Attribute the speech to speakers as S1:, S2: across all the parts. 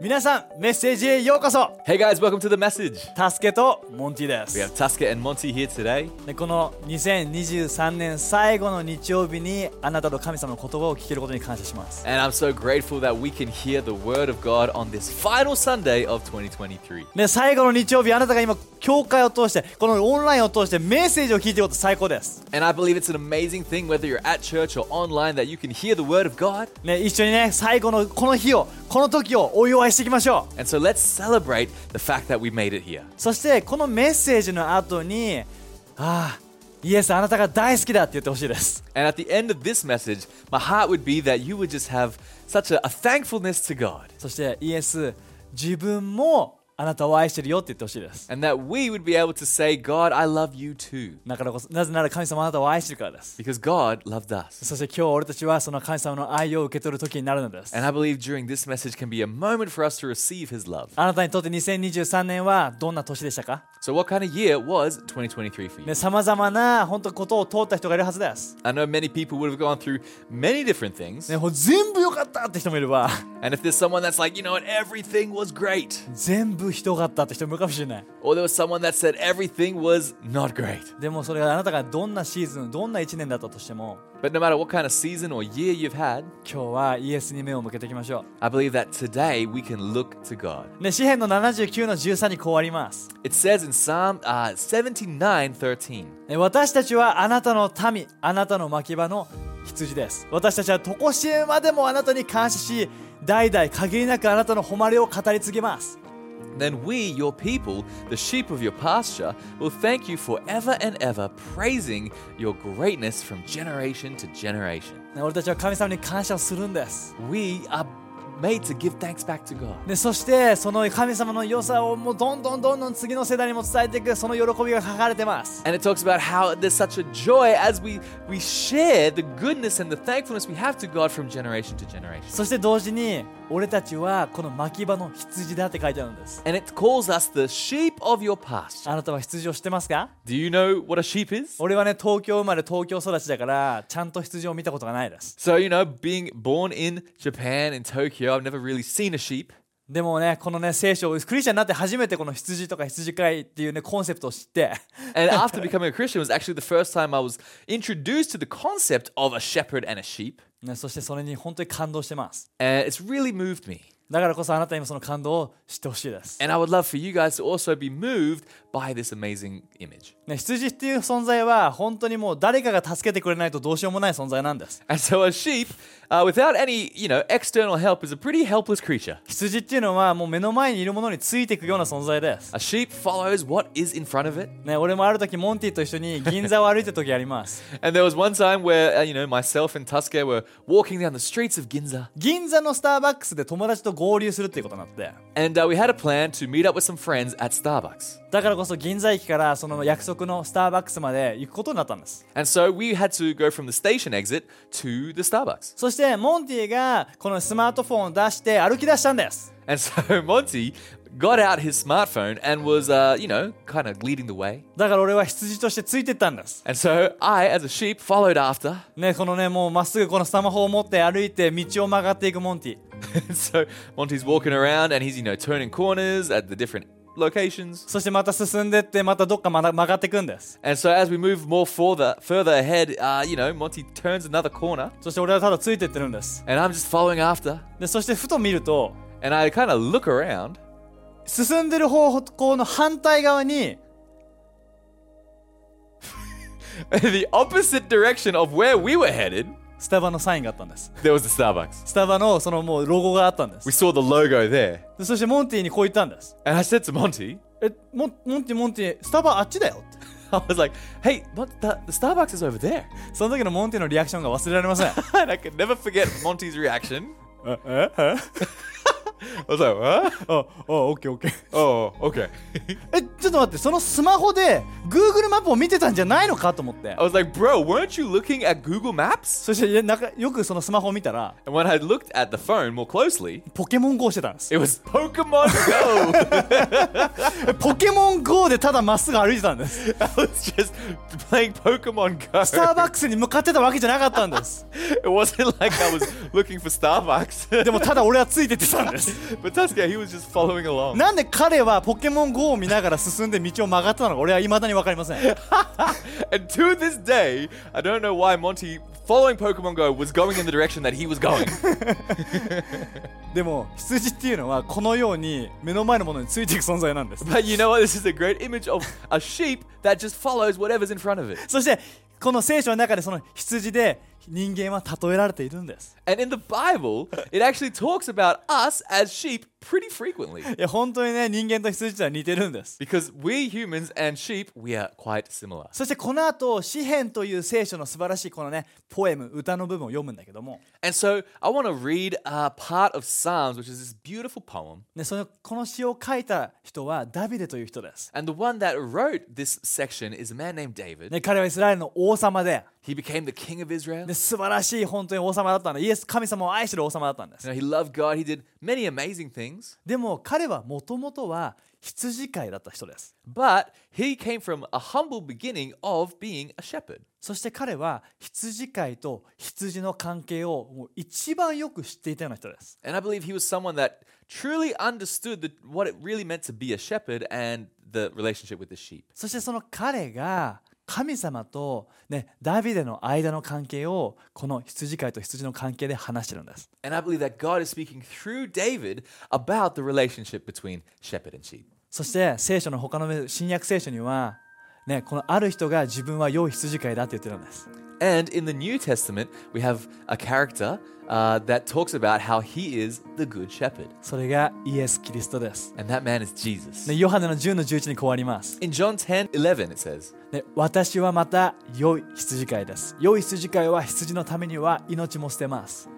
S1: 皆さんメッセージへようこそ
S2: Hey guys, welcome to the message.
S1: タスケとモンティで
S2: We have Tusker and Monty here today.
S1: でこの2023年最後の日曜日にあなたと神様の言葉を聞けることに感謝します
S2: And I'm so grateful that we can hear the word of God on this final Sunday of 2023.
S1: ね、最後の日曜日あなたが今教会を通してこのオンラインを通してメッセージを聞いていること最高です、
S2: And I believe it's an amazing thing, whether you're at church or online, that you can hear the word of God.
S1: ね、一緒にね最後のこの日をこの時をお祝いしていきましょう
S2: And so let's celebrate the fact that we made it here.
S1: そしてこのメッセージの後にああイエスあなたが大好きだって言ってほしいです
S2: And at the end of this message, my heart would be that you would just have such a, a thankfulness to God.
S1: そしてイエス自分もあなたを愛してるよって言ってほしいです
S2: And that we would be able to say, God, I love you too.
S1: だからこそなぜなら神様はあなたを愛してるからです
S2: Because God loved us.
S1: そして今日俺たちはその神様の愛を受け取る時になるのです
S2: And I believe during this message can be a moment for us to receive His love.
S1: あなたにとって2023年はどんな年でしたか
S2: So, what kind of year was 2023 for you?
S1: さまざまな本当ことを通った人がいるはずです、
S2: I know many people would have gone through many different things.
S1: ね、ほん全部良かったって人もいれば
S2: And if there's someone that's like, you know what, everything was great,
S1: 全部ひどかったって人もいるかもしれない
S2: or there was someone that said everything was not great.
S1: でもそれがあなたがどんなシーズンどんな1年だったとしても
S2: But no matter what kind of season or year you've had,
S1: 今日はイエスに目を向けていきましょ
S2: I believe that today we can look to God.
S1: う、ね、詩篇の79の13にこうあります、
S2: It says in Psalm uh, 79 13,
S1: ね私たちはあなたの民あなたの牧場の羊です私たちは常しえまでもあなたに感謝し代々限りなくあなたの誉れを語り継ぎます
S2: Then we, your people, the sheep of your pasture, will thank you forever and ever, praising your greatness from generation to generation.
S1: ね俺たちは神様に感謝をするんです、
S2: We are made to give thanks back to God.
S1: ね、そしてその神様の良さをもうどんどんどんどん次の世代にも伝えていくその喜びが書かれてます
S2: And it talks about how there's such a joy as we, we share the goodness and the thankfulness we have to God from generation to generation.
S1: そして同時に俺たちはこの牧場の羊だって書いてあるんです
S2: And it calls us the sheep of your pasture.
S1: あなたは羊を知ってますか
S2: Do you know what a sheep is?
S1: 俺はね東京生まれ東京育ちだからちゃんと羊を見たことがないです
S2: So, you know, being born in Japan, in Tokyo, I've never really seen a sheep.
S1: でもねこのね聖書をクリスチャンになって初めてこの羊とか羊飼いっていうねコンセプトを知って
S2: And after becoming a Christian was actually the first time I was introduced to the concept of a shepherd and a sheep.
S1: ねそしてそれに本当に感動してます
S2: And it's really moved me.
S1: だからこそあなたにもその感動を知ってほしいです、
S2: And I would love for you guys to also be moved by this amazing image.
S1: ね、羊っていう存在は本当にもう誰かが助けてくれないとどうしようもない存在なんです
S2: And so a sheep, uh, without any, you know, external help, is a pretty helpless creature.
S1: 羊っていうのはもう目の前にいるものについていくような存在です、
S2: A sheep follows what is in front of it.
S1: ね、俺もある時モンティと一緒に銀座を歩いてた時あります
S2: And there was one time where, uh, you know, myself and Tusker were walking down the streets of Ginza.
S1: 銀座のスターバックスで友達と合流するっていうことになって
S2: And uh, we had a plan to meet up with some friends at Starbucks.
S1: だからこそ銀座駅からその約束のスターバックスまで行くことになったんです
S2: And so we had to go from the station exit to the Starbucks.
S1: そしてモンティがこのスマートフォンを出して歩き出したんです
S2: And so Monty got out his smartphone and was, uh, you know, kind of leading the way.
S1: だから俺は羊としてついてったんです、
S2: And so I, as a sheep, followed after.
S1: ね、このねもうまっすぐこのスマホを持って歩いて道を曲がっていくモンティ
S2: And so Monty's walking around and he's, you know, turning corners at the different locations.
S1: そしてまた進んでってまたどっかまだ曲がっていくんです
S2: And so as we move more further, further ahead, uh, you know, Monty turns another corner
S1: そして俺はただついてってるんです
S2: and I'm just following after.
S1: でそしてふと見ると
S2: And I kind of look around
S1: 進んでる方向の反対側に
S2: the opposite direction of where we were headed.
S1: スタバのサインがあったんです
S2: There was the Starbucks.
S1: スタバのそのもうロゴがあったんです
S2: We saw the logo there.
S1: でそしてモンティにこう言ったんです
S2: And I said to Monty,
S1: えモモンティモンティスタバあっちだよって
S2: I was like, hey, Mont- the, the Starbucks is over there.
S1: その時のモンティの リアクションが忘れられません
S2: and I could never forget Monty's reaction. I was like, what?
S1: ああオッケーオッケー
S2: Oh, okay.
S1: えちょっと待ってそのスマホで Google マップを見てたんじゃないのかと思って
S2: I was like, bro, weren't you looking at Google Maps?
S1: そしていやなんかよくそのスマホを見たら
S2: And when I looked at the phone more closely,
S1: ポケモン GO してたんです
S2: it was Pokemon Go.
S1: えポケモン GO でただまっすぐ歩いてたんです
S2: I was just playing Pokemon Go.
S1: スターバックスに向かってたわけじゃなかったんです
S2: It wasn't like I was looking for Starbucks.
S1: でもただ俺はついてってたんです
S2: but Tatsuya, he was just following along.
S1: なんで彼はポケモン GO を見ながら進んで道を曲がったのか俺は未だに分かりません
S2: And to this day, I don't know why Monty, following Pokemon Go, was going in the direction that he was going.
S1: でも羊っていうのはこのように目の前のものについていく存在なんです
S2: but you know what? This is a great image of a sheep that just follows whatever's in front of it.
S1: そしてこの聖書の中でその羊で人間は例えられているんです
S2: And in the Bible, it actually talks about us as sheep pretty frequently.
S1: いや本当にね人間と羊とは似てるんです
S2: Because we humans and sheep, we are quite similar.
S1: そしてこの後詩篇という聖書の素晴らしいこのねポエム歌の部分を読むんだけども、
S2: And so I want to read a part of Psalms, which is this beautiful poem.
S1: ね、そのこの詩を書いた人はダビデという人です、
S2: And the one that wrote this section is a man named David.
S1: ね、彼はイスラエルの王様で
S2: He became the king of Israel.
S1: で素晴らしい本当に王様だったんだイエス神様を愛してる王様だったんです
S2: You know, he loved God. He did many amazing things.
S1: でも彼はもともとは羊飼いだった人です
S2: But he came from a humble beginning of being a shepherd.
S1: そして彼は羊飼いと羊の関係をもう一番よく知っていたような人です。
S2: And I believe he was someone that truly understood the, what it really meant to be a shepherd and the relationship with the sheep.
S1: そしてその彼が神様と、ね、ダビデの間の関係をこの羊飼いと羊の関係で話してるんです。
S2: And I believe that God is speaking through David about the relationship between shepherd and sheep.
S1: そして聖書の他の新約聖書には、ね、このある人が自分は良い羊飼いだって言ってるんです。
S2: And in the New Testament, we have a character uh, that talks about how he is the good shepherd.
S1: それがイエス・キリストです。
S2: And that man is Jesus.
S1: ね、ヨハネの10の11にこうあります、
S2: In John 10 11, it says,
S1: ね。私はまた良い羊飼いです。良い羊飼いは羊のためには命も捨てます。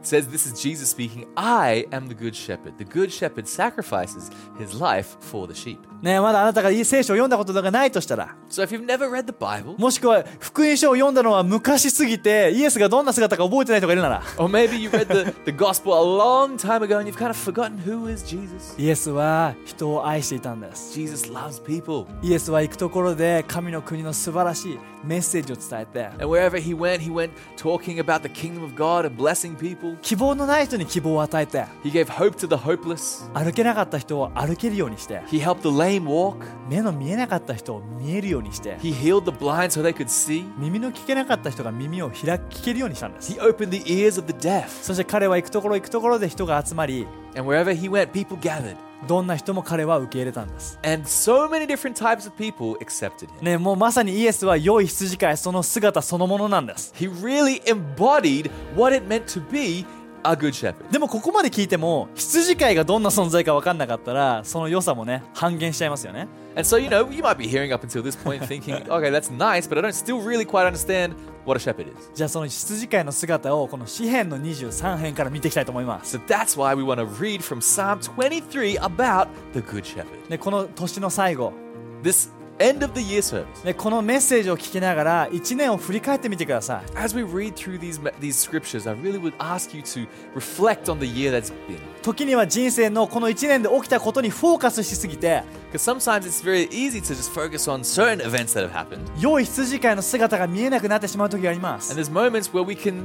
S2: It says this is Jesus speaking, I am the good shepherd. The good shepherd sacrifices his life for the sheep.
S1: ねえまだあなたがいい聖書を読んだことがないとしたら
S2: So if you've never read the Bible,
S1: もしくは福音書を読んだのは昔すぎてイエスがどんな姿か覚えてない人がいるなら
S2: or maybe you read the, the gospel a long time ago and you've kind of forgotten who is Jesus.
S1: イエスは人を愛していたんです
S2: Jesus loves people.
S1: イエスは行くところで神の国の素晴らしいメッセージを伝えて
S2: And wherever he went, he went talking about the kingdom of God and blessing people.
S1: 希望のない人に希望を与えて
S2: He gave hope to the hopeless.
S1: 歩けなかった人を歩けるようにして
S2: He helped the lame walk.
S1: 目の見えなかった人を見えるようにして
S2: He healed the blind so they could see.
S1: 耳の聞けなかった人が耳を開き聞けるようにしたんです
S2: He opened the ears of the deaf.
S1: そして彼は行くところ行くところで人が集まり
S2: And wherever he went, people gathered.
S1: どんな人も彼は受け入れたんです
S2: And so many different types of people accepted him.
S1: ね、もうまさにイエスは良い羊飼いその姿そのものなんです。
S2: He really embodied what it meant to be a good shepherd.
S1: でもここまで聞いても羊飼いがどんな存在か分かんなかったらその良さもね半減しちゃいますよね。
S2: And so, you know, you might be hearing up until this point thinking, okay, that's nice, but I don't still really quite understand what a shepherd is.
S1: じゃあその羊飼いの姿をこの詩篇の23編から見ていきたいと思います。
S2: So that's why we want to read from Psalm 23 about the good shepherd.
S1: ね、この年の最後、
S2: This end of the year service.
S1: ね、このメッセージを聞きながら1年を振り返ってみてください。
S2: As we read through these these scriptures, I really would ask you to reflect on the year that's been.
S1: 時には人生のこの1年で起きたことにフォーカスしすぎて
S2: Because sometimes it's very easy to just focus on certain events that have happened.
S1: 良い羊飼いの姿が見えなくなってしまう時がありま
S2: And
S1: す。
S2: there's moments where we can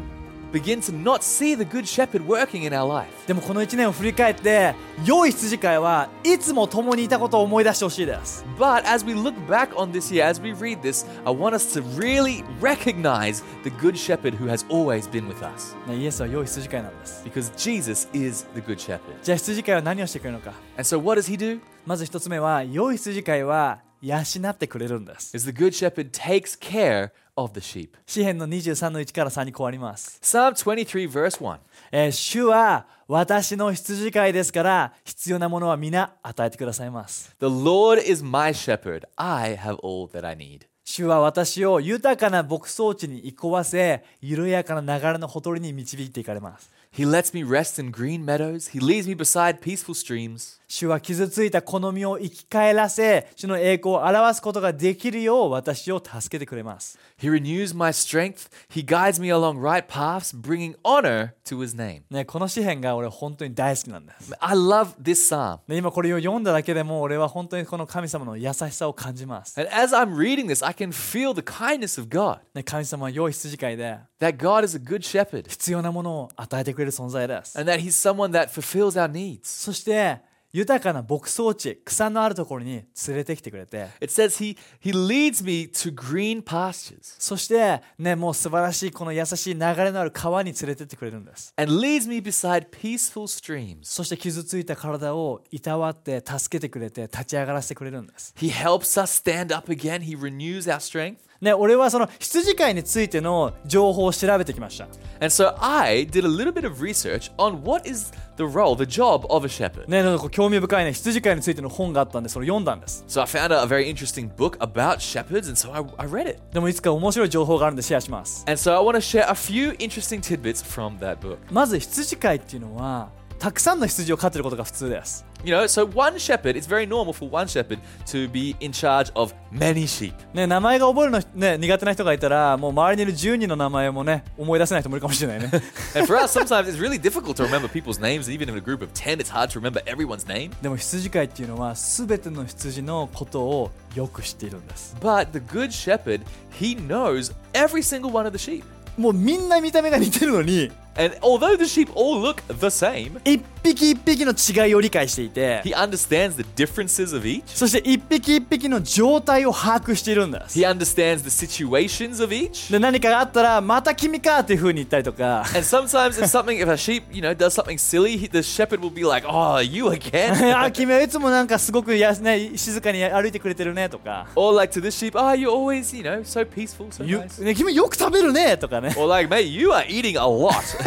S2: begin to not see the good shepherd working in our life.
S1: でもこの1年を振り返って良い羊飼いはいつも共にいたことを思い出してほしいです、
S2: But as we look back on this year, as we read this, I want us to really recognize the Good Shepherd who has always been with us.
S1: ね、イエスは良い羊飼いなんです
S2: Because Jesus is the Good Shepherd.
S1: じゃあ羊飼いは何をしてくれるのか
S2: And so, what does he do?
S1: まず一つ目は良い羊飼いは養ってくれるんです
S2: Is the Good Shepherd takes care of the sheep.
S1: 詩篇の23の1から3にこうあります、
S2: Psalm 23, verse 1.
S1: えー主は私の羊飼いですから必要なものは皆与えてくださいます
S2: The Lord is my shepherd. I have all that I need.
S1: 主は私を豊かな牧草地に憩わせ緩やかな流れのほとりに導いていかれます
S2: He lets me rest in green meadows. He leads me beside peaceful streams.
S1: 主は傷ついたこの身を生き返らせ、主の栄光を表すことができるよう私を助けてくれます。
S2: He renews my strength. He guides me along right paths, bringing honor to his name.
S1: ね、この詩篇が俺本当に大好きなんです。
S2: I love this psalm.
S1: で今これを読んだだけでも俺は本当にこの神様の優しさを感じます。
S2: And as I'm reading this, I can feel the kindness of God,
S1: ね、神様は良い羊飼いで
S2: that God is a good shepherd,
S1: 必要なものを与えてくれる存在です。
S2: and that he's someone that fulfills our needs.
S1: そして豊かな牧草地、草のあるところに連れてきてくれて、
S2: It says he, he leads me to green pastures
S1: そしてね、もう素晴らしいこの優しい流れのある川に連れてってくれるんです。
S2: and leads me beside peaceful streams.
S1: そして傷ついた体をいたわって助けてくれて立ち上がらせてくれるんです。
S2: He helps us stand up again. He renews our strength.
S1: ね、俺はその羊飼いについての情報を調べてきました。
S2: And so I did a little bit of research on what is the role, the job of a shepherd.
S1: ね、なんかこう興味深いね、羊飼いについての本があったんで、それ読んだんです。
S2: So I found a, a very interesting book about shepherds, and so I, I read it.
S1: でもいつか面白い情報があるんでシェアします。
S2: And so I want to share a few interesting tidbits from that book.
S1: まず羊飼いっていうのは、たくさんの羊を飼ってることが普通です。
S2: You know, so one shepherd, it's very normal for one shepherd to be in charge of many sheep.
S1: ね、名前が覚えるの、ね、苦手な人がいたら、もう周りにいる10人の名前もね、思い出せない人もいるかもしれないね。
S2: And for us, sometimes it's really difficult to remember people's names. Even in a group of 10, it's hard to remember everyone's name.
S1: でも羊飼いっていうのは、すべての羊のことをよく知っているんです。
S2: But the good shepherd, he knows every single one of the sheep.
S1: もうみんな見た目が似てるのに、
S2: And although the sheep all look the same,
S1: 一匹一匹の違いを理解していて、
S2: he understands the differences of each.
S1: そして一匹一匹の状態を把握しているんです。
S2: He understands the situations of each.
S1: で何かがあったら、また君かっていう風に言ったりと か、
S2: And sometimes if something, if a sheep, you know, does something silly, he, the shepherd will be like, oh, you
S1: い や
S2: again?
S1: 君はいつもなんかすごくや、ね、静かに歩いてくれてるねとか、
S2: or like to this sheep, oh, you're always, you know, so peaceful, so
S1: ゆ
S2: nice.
S1: ね、君よく食べるねとかね。
S2: Or like, mate, you are eating a lot.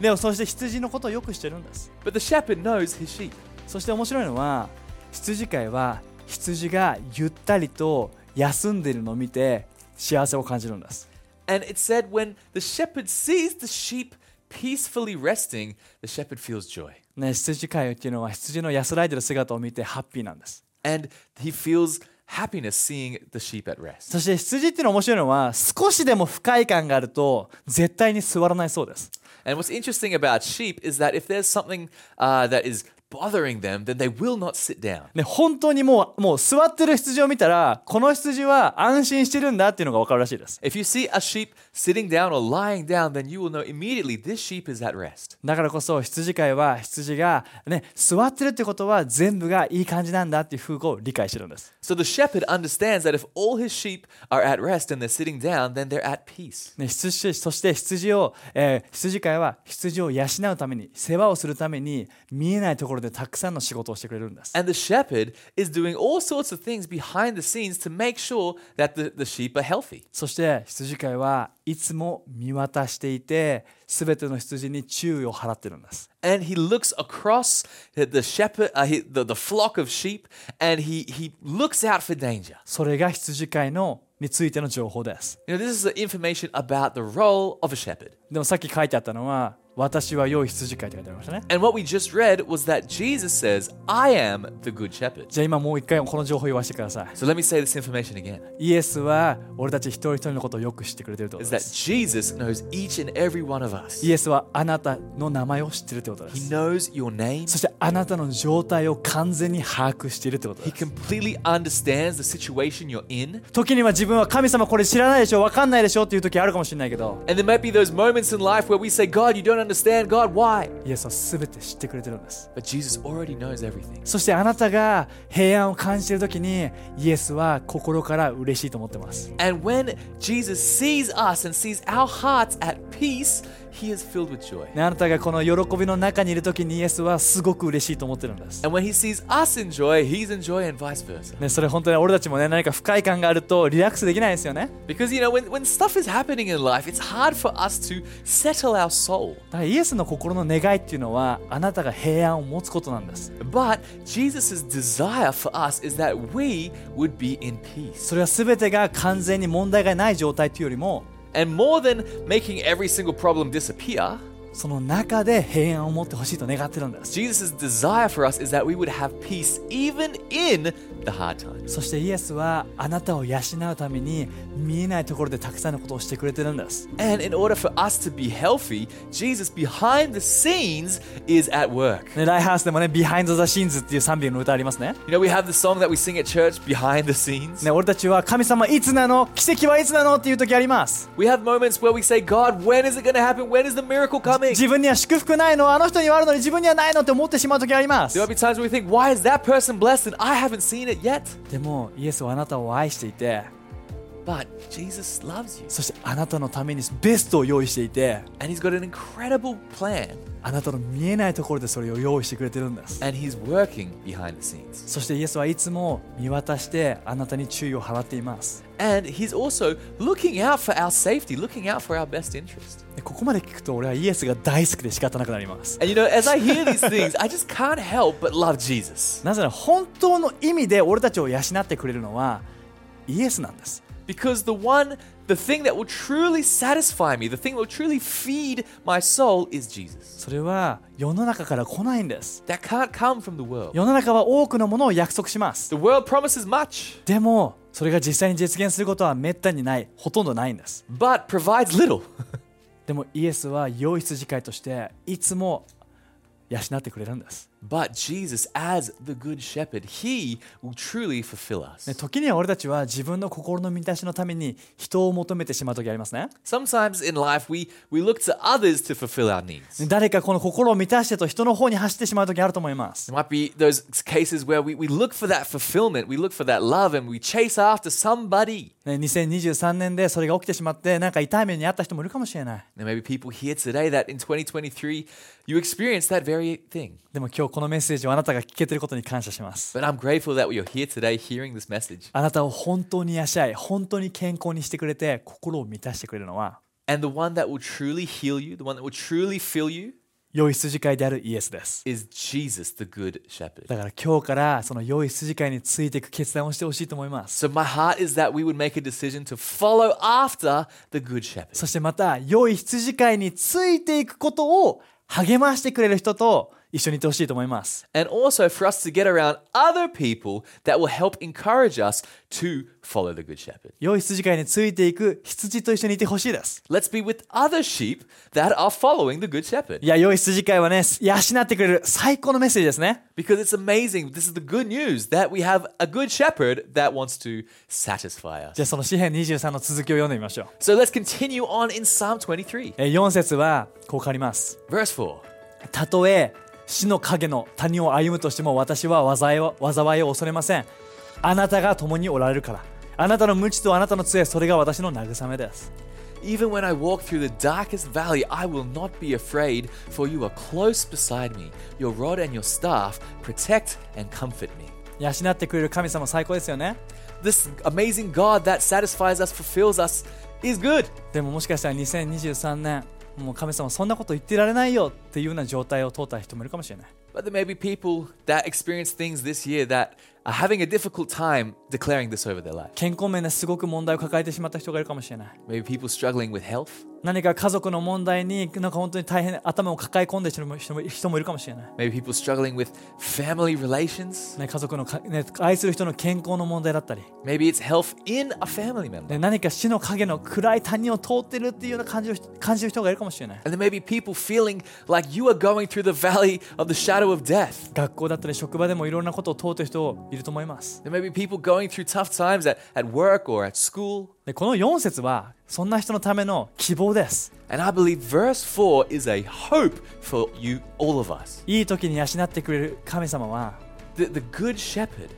S1: でもそして羊のことをよくしてるんです。
S2: but the shepherd knows his sheep.
S1: そして面白いのは羊飼いは羊がゆったりと休んでいるのを見て幸せを感じるんです。
S2: And it said when the shepherd sees the sheep peacefully resting, the shepherd feels joy.
S1: ね、羊飼いっていうのは羊の安らいでる姿を見てハッピーなんです。
S2: And he feels happiness seeing the sheep at rest.
S1: そして羊っていうのは面白いのは少しでも不快感があると絶対に座らないそうです。
S2: And what's interesting about sheep is that if there's something uh, that is bothering them, then they will not sit down.
S1: ね、本当にもうもう座ってる羊を見たらこの羊は安心してるんだっていうのが分かるらしいです。
S2: If you see a sheep sitting down or lying down, then you will know immediately this sheep is at rest.
S1: だからこそ羊飼いは羊がね座ってるってことは全部がいい感じなんだっていう風を理解してるんです、
S2: So the shepherd understands that if all his sheep are at rest and they're sitting down, then they're at peace.
S1: ね、羊そして羊を、えー羊飼いは羊を養うために世話をするために見えないところでたくさんの仕事をしてくれるんです
S2: And the shepherd is doing all sorts of things behind the scenes to make sure that the, the sheep are healthy.
S1: そして羊飼いはいつも見渡していて全ての羊に注意を払ってるんです
S2: And he looks across the- the shepherd, uh, he, the, the flock of sheep, and he, he looks out for danger.
S1: それが羊飼いのについての情報です
S2: You know, this is the information about the role of a shepherd.
S1: でもさっき書いてあったのは私は良い羊飼いって書いてありましたね
S2: And what we just read was that Jesus says, I am the good shepherd.
S1: じゃあ今もう一回この情報を言わせてください
S2: So let me say this information again
S1: イエスは俺たち一人一人のことをよく知ってくれてるってこと
S2: is
S1: で
S2: that
S1: す。
S2: Jesus knows each and every one of us.
S1: イエスはあなたの名前を知ってるってことで
S2: He
S1: す。
S2: knows your name.
S1: そしてあなたの状態を完全に把握しているってこと
S2: He
S1: です。
S2: completely understands the situation you're in.
S1: 時には自分は神様これ知らないでしょ、わかんないでしょっていう時あるかもしれないけど、
S2: And there might be those moments in life where we say, God, you don't understand. God, why?
S1: イエスは全て知ってくれてるんです。
S2: But Jesus already knows everything.
S1: そしてあなたが平安を感じている時にイエスは心から嬉しいと思ってます。
S2: And when Jesus sees us and sees our hearts at peace, he is filled with joy.
S1: ねあなたがこの喜びの中にいる時にイエスはすごく嬉しいと思ってるんです。
S2: And when he sees us in joy, he's in joy and vice versa.
S1: ね、それ本当に俺たちもね何か不快感があるとリラックスできないですよね。
S2: Because, you know, when, when stuff is happening in life, it's hard for us to settle our soul.
S1: だからイエスの心の願いっていうのはあなたが平安を持つことなんです
S2: But Jesus' desire for us is that we would be in peace.
S1: それは全てが完全に問題がない状態というよりも
S2: And more than making every single problem disappear,
S1: その中で平安を持ってほしいと願ってるんです
S2: Jesus' desire for us is that we would have peace even in the hard times.
S1: そしてイエスはあなたを養うために見えないところでたくさんのことをしてくれてるんです
S2: And in order for us to be healthy, Jesus behind the scenes is at work.
S1: ね、ライハウスでもね、Behind the Scenes っていう賛美の歌ありますね。
S2: You know, we have the song that we sing at church, Behind the Scenes.
S1: ね、俺たちは神様いつなの奇跡はいつなのっていう時あります。
S2: We have moments where we say, God, when is it going to happen? When is the miracle coming?
S1: 自分には祝福ないのあの人にはあるのに自分にはないのって思ってしまう時ありま
S2: There
S1: す
S2: will。be times where we think, why is that person blessed and I haven't seen it yet?
S1: でも、イエスはあなたを愛していて、
S2: But Jesus loves you
S1: そしてあなたのためにベストを用意していて、
S2: and he's got an incredible plan
S1: あなたの見えないところでそれを用意してくれてるんです。
S2: and he's working behind the scenes.
S1: そしてイエスはいつも見渡してあなたに注意を払っています。
S2: And he's also looking out for our safety, looking out for our best interest.
S1: ねここまで聞くと俺はイエスが大好きで仕方なくなります。
S2: And you know, as I hear these things, I just can't help but love Jesus
S1: なぜなら本当の意味で俺たちを養ってくれるのはイエスなんです。
S2: because the one, the thing that will truly satisfy me, the thing that will truly feed my soul is Jesus.
S1: それは世の中から来ないんです。
S2: That can't come from the world.
S1: 世の中は多くのものを約束します。
S2: The world promises much,
S1: でも、それが実際に実現することは滅多にない、ほとんどないんです。
S2: but provides little.
S1: でもイエスは良い羊飼いとしていつも養ってくれるんです。
S2: But Jesus, as the Good Shepherd, He will truly fulfill us.
S1: ね時には俺たちは自分の心の満たしのために人を求めてしまう時ありますね。
S2: Sometimes in life, we, we look to others to fulfill our needs.
S1: ね誰かこの心を満たしてと人の方に走ってしまう時あると思います。
S2: There might be those cases where we, we look for that fulfillment, we look for that love, and we chase after somebody.
S1: ね2023年でそれが起きてしまってなんか痛い目に遭った人もいるかもしれない。
S2: There may be people here today that in 2023 you experienced that very thing.
S1: でも今日このメッセージをあなたが聞けてることに感謝します。
S2: But I'm grateful that you're here today hearing this message.
S1: あなたを本当に養い、本当に健康にしてくれて、心を満たしてくれるのは、
S2: And the one that will truly heal you, the one that will truly fill you,
S1: 良い筋飼いであるイエスです。
S2: is Jesus, the Good Shepherd.
S1: だから今日からその良い筋飼いについていく決断をしてほしいと思います。
S2: So my heart is that we would make a decision to follow after the good shepherd.
S1: そしてまた、良い羊飼いについていくことを励ましてくれる人と一緒にいてほしいと思います。
S2: And also for us to get around other people that will help encourage us to follow the good shepherd.
S1: 良い羊飼いについていく羊と一緒にいてほしいです。
S2: Let's be with other sheep that are following the good shepherd.
S1: いや、良い羊飼いはね、養ってくれる最高のメッセージですね。
S2: Because it's amazing. This is the good news that we have a good shepherd that wants to satisfy us.
S1: じゃあその詩篇23の続きを読んでみましょう。
S2: So let's continue on in Psalm 23,
S1: えー4節はこう変わります。
S2: verse 4.
S1: たとえ死の影の谷を歩むとしても私は災いを災いを恐れませんあなたが共におられるからあなたの無知とあなたの杖それが私の慰めです
S2: Even when I walk through the darkest valley, I will not be afraid, for you are close beside me. Your rod and your staff protect and comfort me.
S1: 養ってくれる神様最高ですよね
S2: This amazing God that satisfies us, fulfills us, is good.
S1: でももしかしたら2023年もう神様そんなこと言ってられないよっていうような状態を通った人もいるかもしれない
S2: But there may be people that experience things this year that are having a difficult time declaring this over their life.
S1: 健康面ですごく問題を抱えてしまった人がいるかもしれない
S2: Maybe people struggling with health.
S1: 何か家族の問題になんか本当に大変な頭を抱え込んでしまう人も人もいるかもしれない
S2: Maybe people struggling with family relations.
S1: ね家族のか、ね、愛する人の健康の問題だったり
S2: Maybe it's health in a family
S1: ね、
S2: member.
S1: 何か死の影の暗い谷を通ってるっていうような感じを感じる人がいるかもしれない
S2: And there may be people feeling like you are going through the valley of the shadow of death.
S1: 学校だったり職場でもいろんなことを通ってる人いると思います
S2: There may be people going through tough times at, at work or at school.
S1: でこの4節はそんな人のための希望です
S2: And I believe verse 4 is a hope for you, all of us.
S1: いい時に養ってくれる神様は
S2: The, the Good Shepherd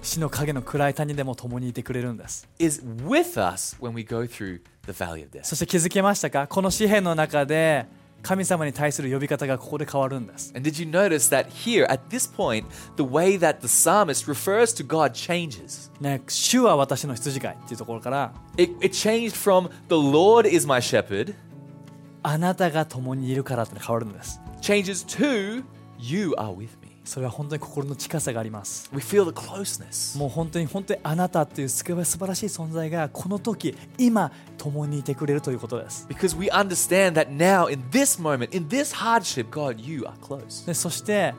S1: 死の影の暗い谷でも共にいてくれるんです
S2: is with us when we go through the valley of death.
S1: そして気づけましたかこの詩篇の中で神様に対する呼び方がここで変わるんです
S2: And did you notice that here, at this point, the way that the psalmist refers to God changes?
S1: ね主は私の羊飼いっていうところから
S2: It, it changed from the Lord is my shepherd,
S1: あなたが共にいるからって変わるんです
S2: changes to you are with me.
S1: それは本当に心の近さがあります
S2: We feel the closeness.
S1: もう本当に本当にあなたっていう素晴らしい存在がこの時今共にいてくれるということです
S2: Because we understand that now, in this moment, in this hardship, God, you are close.
S1: でそして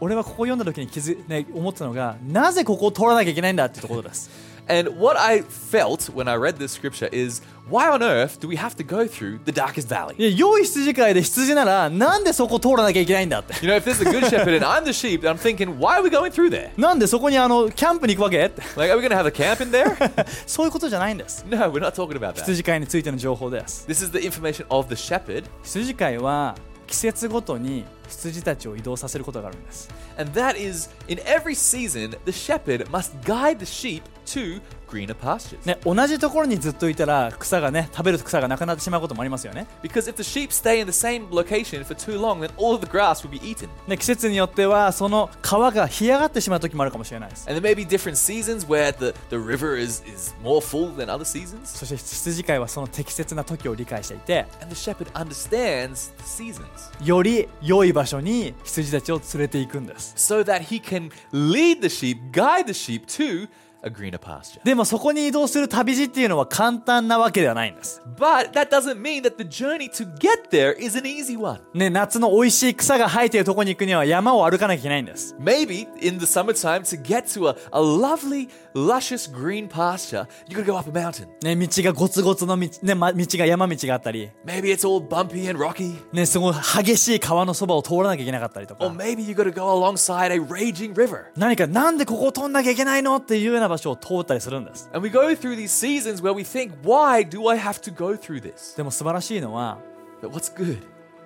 S1: 俺はここ読んだ時に気づ、ね、思ったのがなぜここを通らなきゃいけないんだってところです
S2: And what I felt when I read this scripture is why on earth do we have to go through the darkest valley?
S1: いや良い羊飼いで羊ならなんでそこ通らなきゃいけないんだって
S2: You know, if there's a good shepherd and I'm the sheep, then I'm thinking, why are we going through there?
S1: なんでそこにあのキャンプに行くわけって
S2: Like, are we going to have a camp in there?
S1: そういうことじゃないんです
S2: No, we're not talking about that.
S1: 羊飼いについての情報です
S2: This is the information of the shepherd,
S1: 羊飼いは季節ごとに羊たちを移動させることがあるんです
S2: and that is in every season, the shepherd must guide the sheep to greener pastures.
S1: ね、同じところにずっといたら草がね食べる草がなくなってしまうこともありますよね
S2: Because if the sheep stay in the same location for too long, then all of the grass will be eaten.
S1: ね季節によってはその皮が干上がってしまう時もあるかもしれないです
S2: And there may be different seasons where the, the river is, is more full than other seasons.
S1: そして羊飼いはその適切な時を理解していて
S2: And the shepherd understands the seasons
S1: より良い場所に羊たちを連れていくんです
S2: so that he can lead the sheep, guide the sheep to a greener pasture.
S1: でもそこに移動する旅路っていうのは簡単なわけではないんです、
S2: But that doesn't mean that the journey to get there is an easy one.
S1: ね、夏の美味しい草が生えているところに行くには山を歩かなきゃいけないんです
S2: Maybe in the summertime, to get to a, a lovely, luscious green pasture, you gotta go up a mountain.
S1: ね、道がゴツゴツの道,、ねま、道が山道があったり、
S2: Maybe it's all bumpy and rocky.
S1: ね、すごい激しい川のそばを通らなきゃいけなかったりと
S2: Or
S1: か
S2: maybe you gotta go alongside a raging river.
S1: 何かなんでここを通んなきゃいけないのっていうような場所を通ったりするんです
S2: And we go through these seasons where we think, why do I have to go through this?
S1: でも素晴らしいのは
S2: But what's good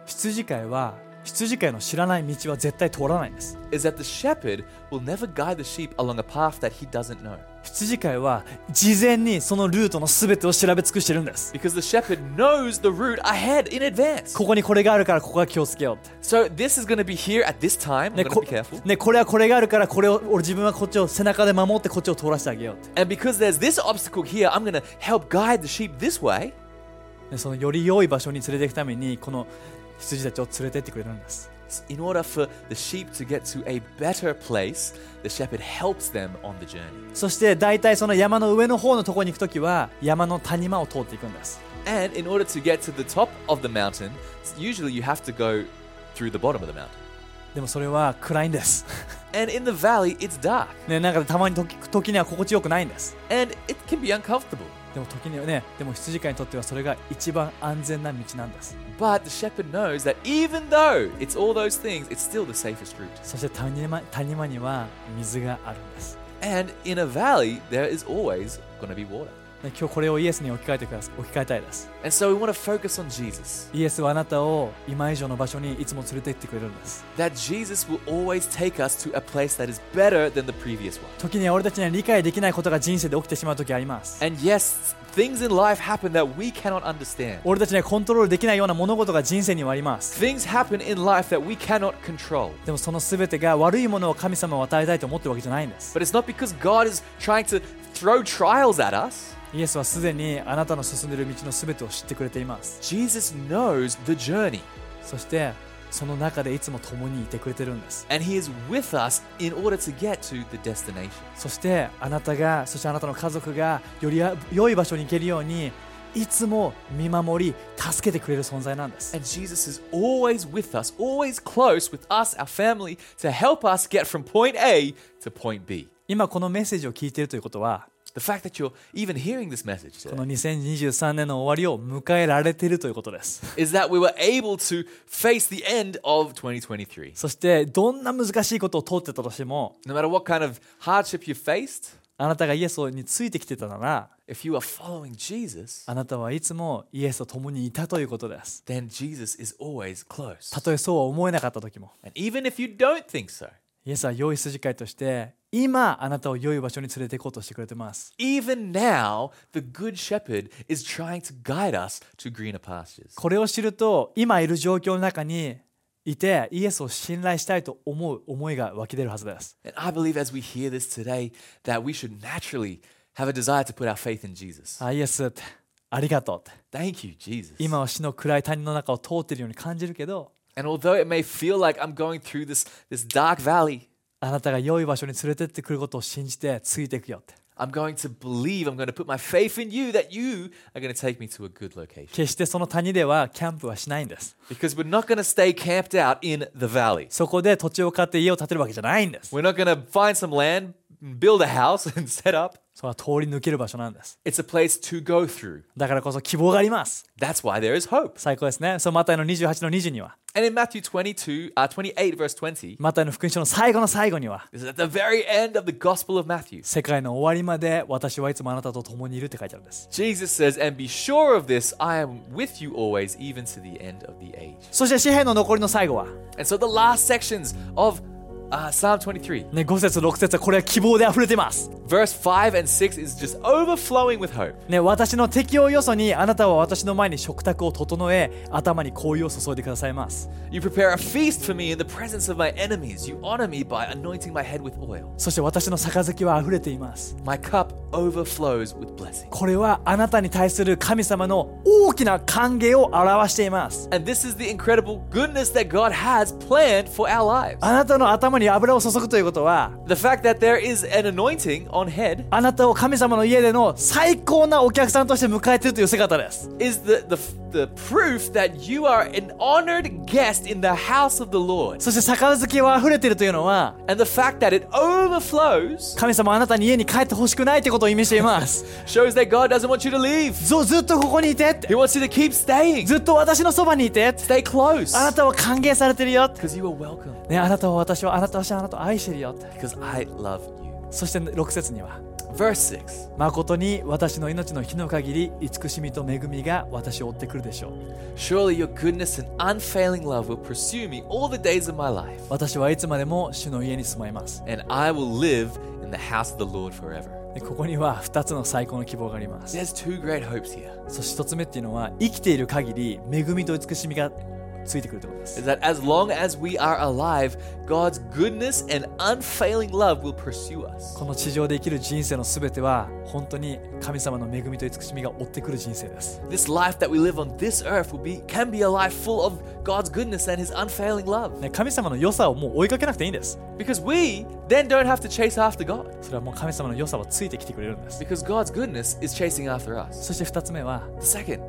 S1: 羊飼いは羊飼いの知らない道は絶対通らないんです
S2: is that the shepherd will never guide the sheep along a path that he doesn't know.
S1: 羊飼いは事前にそのルートの全てを調べ尽くしてるんです
S2: Because the shepherd knows the route ahead in advance.
S1: ここにこれがあるからここは気をつけようって
S2: So this is gonna be here at this time. I'm
S1: ね
S2: gonna
S1: こ
S2: be careful.
S1: ねこれはこれがあるからこれを俺自分はこっちを背中で守ってこっちを通らせてあげようって、
S2: And because there's this obstacle here, I'm going to help guide the sheep this way
S1: ねそのより良い場所に連れていくためにこの羊たちを連れてってくれるんです
S2: in order for the sheep to get to a better place. The shepherd helps them on the journey.
S1: そして大体その山の上の方のところに行く時は山の谷間を通っていくんです
S2: And in order to get to the top of the mountain, usually you have to go through the bottom of the mountain.
S1: でもそれは暗いんです
S2: And in the valley, it's dark
S1: ねなんかたまに時時には心地よくないんです
S2: and it can be uncomfortable.
S1: でも時にはねでも羊飼いにとってはそれが一番安全な道なんです
S2: But the shepherd knows that even though it's all those things, it's still the safest route.
S1: そして谷間谷間には水があるんです、
S2: And in a valley, there is always going to be water.
S1: ね今日これをイエスに置き換えてくださ置き換えたいです
S2: And so we want to focus on Jesus.
S1: イエスはあなたを今以上の場所にいつも連れて行ってくれるんです
S2: that Jesus will always take us to a place that is better than the previous one.
S1: 時には俺たちには理解できないことが人生で起きてしまう時あります
S2: And yes, things in life happen that we cannot understand.
S1: 俺たちにはコントロールできないような物事が人生にはあります
S2: Things happen in life that we cannot control.
S1: でもその全てが悪いものを神様を与えたいと思ってるわけじゃないんです
S2: But it's not because God is trying to throw trials at us.
S1: イエスはすでにあなたの進んでいる道の全てを知ってくれています
S2: Jesus knows the journey
S1: そしてその中でいつも共にいてくれてるんです
S2: and he is with us in order to get to the destination.
S1: そしてあなたがそしてあなたの家族がより良い場所に行けるようにいつも見守り助けてくれる存在なんです
S2: And Jesus is always with us, always close with us, our family, to help us get from point A to point B.
S1: 今このメッセージを聞いているということは
S2: The fact that you're even hearing this message today.
S1: この2023年の終わりを迎えられているということです
S2: is that we were able to face the end of 2023.
S1: そしてどんな難しいことを通ってたとしても
S2: No matter what kind of hardship you faced,
S1: あなたがイエスについてきてたなら
S2: if you are following Jesus,
S1: あなたはいつもイエスと共にいたということです
S2: then Jesus is always close.
S1: たとえそうは思えなかった時も
S2: And even if you don't think so,
S1: イエスは良い筋飼いとして今あなたを良い場所に連れて行こうとしてくれてます
S2: even now, the Good Shepherd is trying to guide us to greener pastures.
S1: これを知ると今いる状況の中にいてイエスを信頼したいと思う思いが湧き出るはずです
S2: And I believe as we hear this today, that we should naturally have a desire to put our faith in Jesus.
S1: あイエスってありがとうって
S2: Thank you, Jesus.
S1: 今は死の暗い谷の中を通っているように感じるけど
S2: And although it may feel like I'm going through this, this dark valley,
S1: あなたが良い場所に連れてってくることを信じてついていくよって。
S2: I'm going to believe, I'm going to put my faith in you that you are going to take me to a good location.
S1: 決してその谷ではキャンプはしないんです。
S2: Because we're not going to stay camped out in the valley.
S1: そこで土地を買って家を建てるわけじゃないんです。
S2: We're not going to find some land, build a house, and set up.
S1: それは通り抜ける場所なんです。
S2: It's a place to go through.
S1: だからこそ希望があります。
S2: That's why there is hope.
S1: 最高ですね。そう、マタイの28の20には、
S2: And in Matthew 22, uh, 28, verse 20,
S1: マタイの福音書の最後の最後には、
S2: this is at the very end of the Gospel of Matthew.
S1: 世界の終わりまで私はいつもあなたと共にいるって書いてあるんです。
S2: Jesus says, And be sure of this, I am with you always, even to the end of the age.
S1: そして詩篇の残りの最後は、
S2: And so the last sections of uh, Psalm 23,
S1: ね、5節6節はこれは希望で溢れてます。
S2: verse 5 and 6, is just overflowing with hope.
S1: ね、私の敵をよそにあなたは私の前に食卓を整え頭に紅葉を注いでくださいます
S2: You prepare a feast for me in the presence of my enemies. You honor me by anointing my head with oil.
S1: そして私の杯は溢れています
S2: My cup overflows with blessing.
S1: これはあなたに対する神様の大きな歓迎を表しています
S2: And this is the incredible goodness that God has planned for our lives.
S1: あなたの頭に油を注ぐということは
S2: The fact that there is an anointing on head
S1: あなたを神様の家での最高なお客さんとして迎えているという姿です
S2: is the, the, the proof that you are an honored guest in the house of the Lord.
S1: そして杯は溢れているというのは
S2: And the fact that it overflows
S1: 神様はあなたに家に帰ってほしくないということを意味しています
S2: shows that God doesn't want you to leave.
S1: ずずっとここにいてって
S2: He wants you to keep staying.
S1: ずっと私のそばにいてって
S2: Stay close.
S1: あなたは歓迎されてるよって
S2: Because you are welcome.
S1: ね、あなたは私はあなたは私はあなたを愛してるよって
S2: Because I love you.
S1: そして6節には
S2: Verse 6.
S1: 誠に私の命の日の限り慈しみと恵みが私を追ってくるでしょう
S2: Surely your goodness and unfailing love will pursue me all the days of my life,
S1: 私はいつまでも主の家に住まいます
S2: and I will live in the house of the Lord forever.
S1: でここには2つの最高の希望があります
S2: There's two great hopes here.
S1: そして1つ目っていうのは生きている限り恵みと慈しみがついてくるってことです
S2: Is that as long as we are alive, God's goodness and unfailing love will pursue us.
S1: この地上で生きる人生の全ては本当に神様の恵みと慈しみが追ってくる人生です
S2: This life that we live on this earth will be can be a life full of God's goodness and his unfailing love.
S1: ね神様の良さをもう追いかけなくていいんです
S2: Because we then don't have to chase after God.
S1: それはもう神様の良さはついてきてくれるんです
S2: Because God's goodness is chasing after us.
S1: そして2つ目は
S2: The second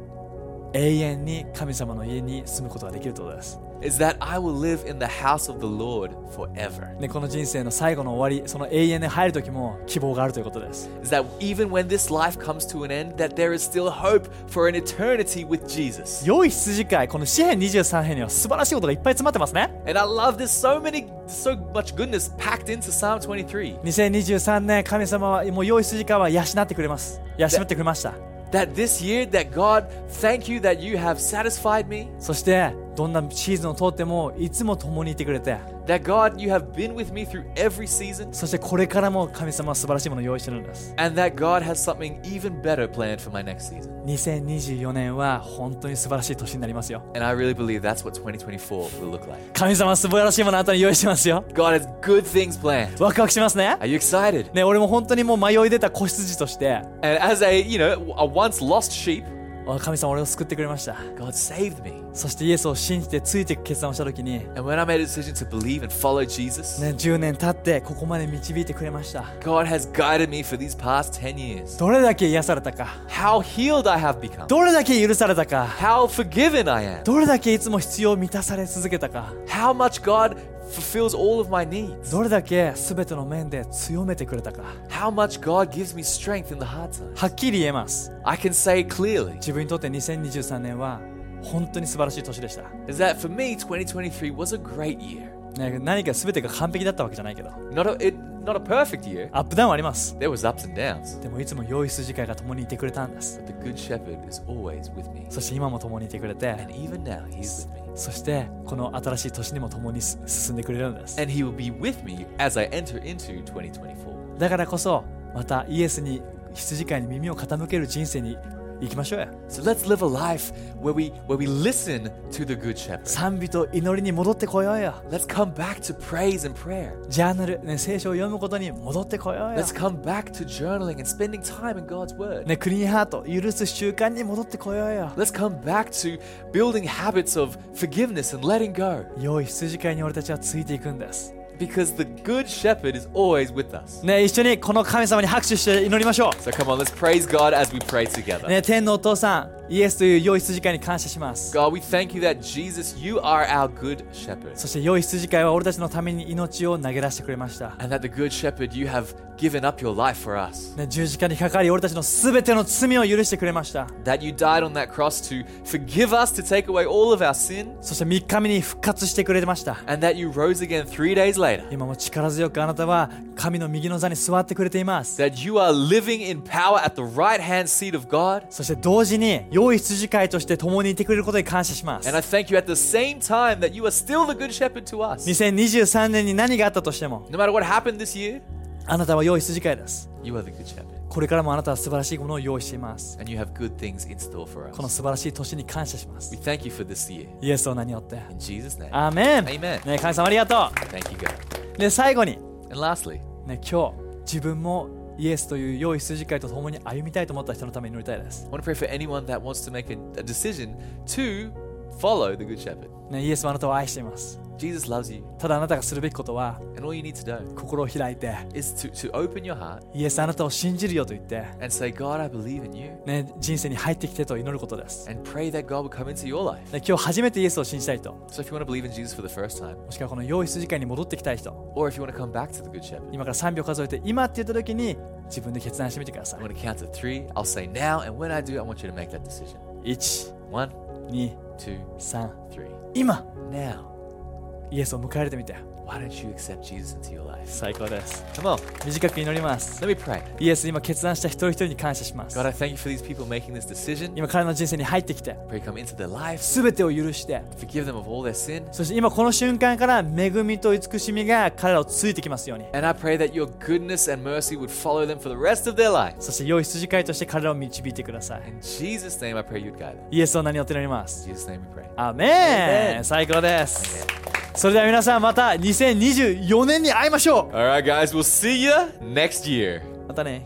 S1: 永遠に神様の家に住むことができるということです。
S2: is that I will live in the house of the Lord forever.
S1: で、この人生の最後の終わり、その永遠に入る時も希望があるということです。
S2: is that even when this life comes to an end, that there is still hope for an eternity with Jesus.
S1: 良い羊飼い、この詩編23編には素晴らしいことがいっぱい詰まってますね。
S2: And I love there's so many so much goodness packed into Psalm 23.
S1: 2023年、神様は、もう良い羊飼いは養ってくれます。養ってくれました。
S2: That this year that God, thank you that you have satisfied me.
S1: そして、どんなシーズンを通っても、いつも共にいてくれて、
S2: That God, you have been with me through every season.
S1: そしてこれからも神様は素晴らしいものを用意してるんです。
S2: And that God has something even better planned for my next season.
S1: 2024年は本当に素晴らしい年になりますよ。
S2: And I really believe that's what 2024 will look like.
S1: 神様は素晴らしいものをあなたに用意してますよ。
S2: God has good things planned.
S1: ワクワクしますね。
S2: Are you excited?
S1: ね、俺も本当にもう迷い出た子羊として、
S2: And as a, you know, a once lost sheep,
S1: あ神様俺を救ってくれました。
S2: God saved me.
S1: そしてイエスを信じてついていく決断をした時に、ね、
S2: And when I made a decision to believe and follow Jesus,
S1: 10年経ってここまで導いてくれました。
S2: God has guided me for these past 10 years.
S1: どれだけ癒されたか、
S2: How healed I have become.
S1: どれだけ許されたか、
S2: How forgiven I am.
S1: どれだけいつも必要を満たされ続けたか、
S2: How much God fulfills all of my needs.
S1: どれだけ全ての面で強めてくれたか。
S2: How much God gives me strength in the hard times.
S1: はっきり言えます。
S2: I can say clearly
S1: 自分にとって2023年は本当に素晴らしい年でした。
S2: is that for me, 2023 was a great year.
S1: ね、何か全てが完璧だったわけじゃないけど、
S2: Not a, it, not a perfect year.
S1: アップダウンはあります。
S2: There was ups and downs.
S1: でもいつも良い筋会が共にいてくれたんです。
S2: But the Good Shepherd is always with me.
S1: そして今も共にいてくれて
S2: And、even now, he's with me.
S1: そしてこの新しい年にも共にす進んでくれるんです。
S2: And he will be with me as I enter into 2024.
S1: だからこそ、またイエスに羊飼いに耳を傾ける人生に行きましょうや
S2: So let's live a life where we where we listen to the good shepherd.
S1: 賛美と祈りに戻ってこようよ
S2: Let's come back to praise and prayer.
S1: ジャーナル、ね、聖書を読むことに戻ってこようよ
S2: Let's come back to journaling and spending time in God's word.
S1: ね、クリーンハート許す習慣に戻ってこようよ
S2: Let's come back to building habits of forgiveness and letting go
S1: 良い羊飼いに俺たちはついていくんです
S2: because the good shepherd is always with us.
S1: ね一緒にこの神様に拍手して祈りましょ
S2: So come on, let's praise God as we pray
S1: う
S2: together.
S1: ね天のお父さんイエスという良い羊飼いに感謝します
S2: God, we thank you that Jesus, you are our good shepherd
S1: そして良い羊飼いは俺たちのために命を投げ出してくれました、
S2: and that the good shepherd you have given up your life for us.
S1: ね、十字架にかかり俺たちの全ての罪を許してくれました
S2: That you died on that cross to forgive us, to take away all of our sin,
S1: そして3日目に復活してくれました
S2: and that you rose again 3 days later.
S1: 今も力強くあなたは神の右の座に座ってくれています
S2: that you are living in power at the right hand seat of God.
S1: そして同時に良い羊飼いとして共にいてくれることに感謝します
S2: And I thank you at the same time that you are still the good shepherd to us.
S1: 2023年に何があったとしても
S2: No matter what happened this year,
S1: あなたは良い筋飼いです。
S2: you are the good shepherd
S1: これからもあなたは素晴らしいものを用意しています。
S2: and you have good things in store for
S1: この
S2: us.
S1: 素晴らしい年に感謝しま
S2: We
S1: す。
S2: thank you for this year.
S1: イエスを名によって。
S2: In Jesus' name.
S1: アーメン
S2: Amen.
S1: ね神様ありがと
S2: Thank you, God.
S1: うで、最後に、
S2: And lastly,
S1: ね、今日、自分もイエスという良い筋飼いと共に歩みたいと思った人のために祈りたいです
S2: I。want to pray for anyone that wants to make a, a decision to follow the good shepherd.
S1: ね、イエスはあなたを愛しています。
S2: Jesus loves you,
S1: ただあなたがするべきことは、
S2: and all you need to do
S1: 心を開いて、
S2: is to, to open your heart
S1: イエスあなたを信じるよと言って、
S2: and say, God, I believe in you,
S1: ね、人生に入ってきてと祈ることです。
S2: and pray that God will come into your life.
S1: ね、今日初めてイエスを信じたい人、も
S2: So if you want to believe in Jesus for the first time,
S1: しくはこの良い筋飼いに戻ってきたい人、
S2: or if you want to come back to the good shepherd,
S1: 今から3秒数えて今って言った時に自分で決断してみてくださ
S2: I'm going to count to three. I'll say now, and when I do, I want you to make that decision.
S1: い123
S2: One, two, three.
S1: 今
S2: Now,
S1: イエスを迎え入れてみて
S2: why don't you accept Jesus into your life?
S1: 最高です
S2: Come on,
S1: 短く祈ります
S2: let me pray.
S1: イエス今決断した一人一人に感謝します
S2: God, I thank you for these people making this decision.
S1: 今彼の人生に入ってきて
S2: Pray you come into their lives,
S1: 全てを許して
S2: forgive them of all their sin.
S1: そして今この瞬間から恵みと慈しみが彼らをついてきますように
S2: And I pray that your goodness and mercy would follow them for the rest of their lives.
S1: そして良い羊飼いとして彼らを導いてください
S2: In Jesus' name, I pray you'd guide them.
S1: イエスを名によって祈りま
S2: In
S1: す
S2: Jesus' name, we pray.
S1: アー
S2: アーメ
S1: メ
S2: ン
S1: ン最高ですそれでは皆さんまた2024年に会いましょ
S2: All right, guys, we'll see you next year.
S1: うまたね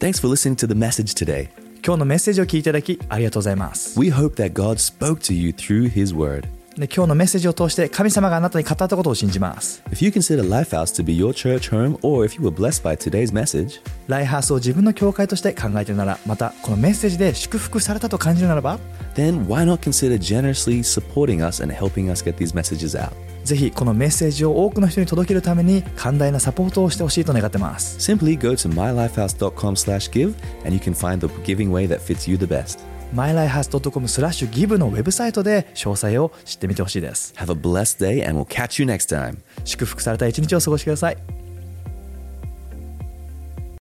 S3: Thanks for listening to the message today.
S1: 今日のメッセージを聞いていただきありがとうございます。
S3: We hope that God spoke to you through His Word.
S1: で今日のメッセージを通して神様があなたに語ったことを信じます。
S3: If you consider Lifehouse to be your church home, or if you were blessed by today's message,
S1: ライハースを自分の教会として考えているなら、またこのメッセージで祝福されたと感じるならば、
S3: then why not consider generously supporting us and helping us get these messages out?
S1: ぜひこのメッセージを多くの人に届けるために寛大なサポートをしてほしいと願ってます。
S3: Simply go to mylifehouse.com/give and you can find the giving way that fits you the best.
S1: mylifehouse.com スラッシュギブのウェブサイトで詳細を知ってみてほしいです。
S3: Have a blessed day and we'll catch you next time.
S1: 祝福された一日を過ごしてください。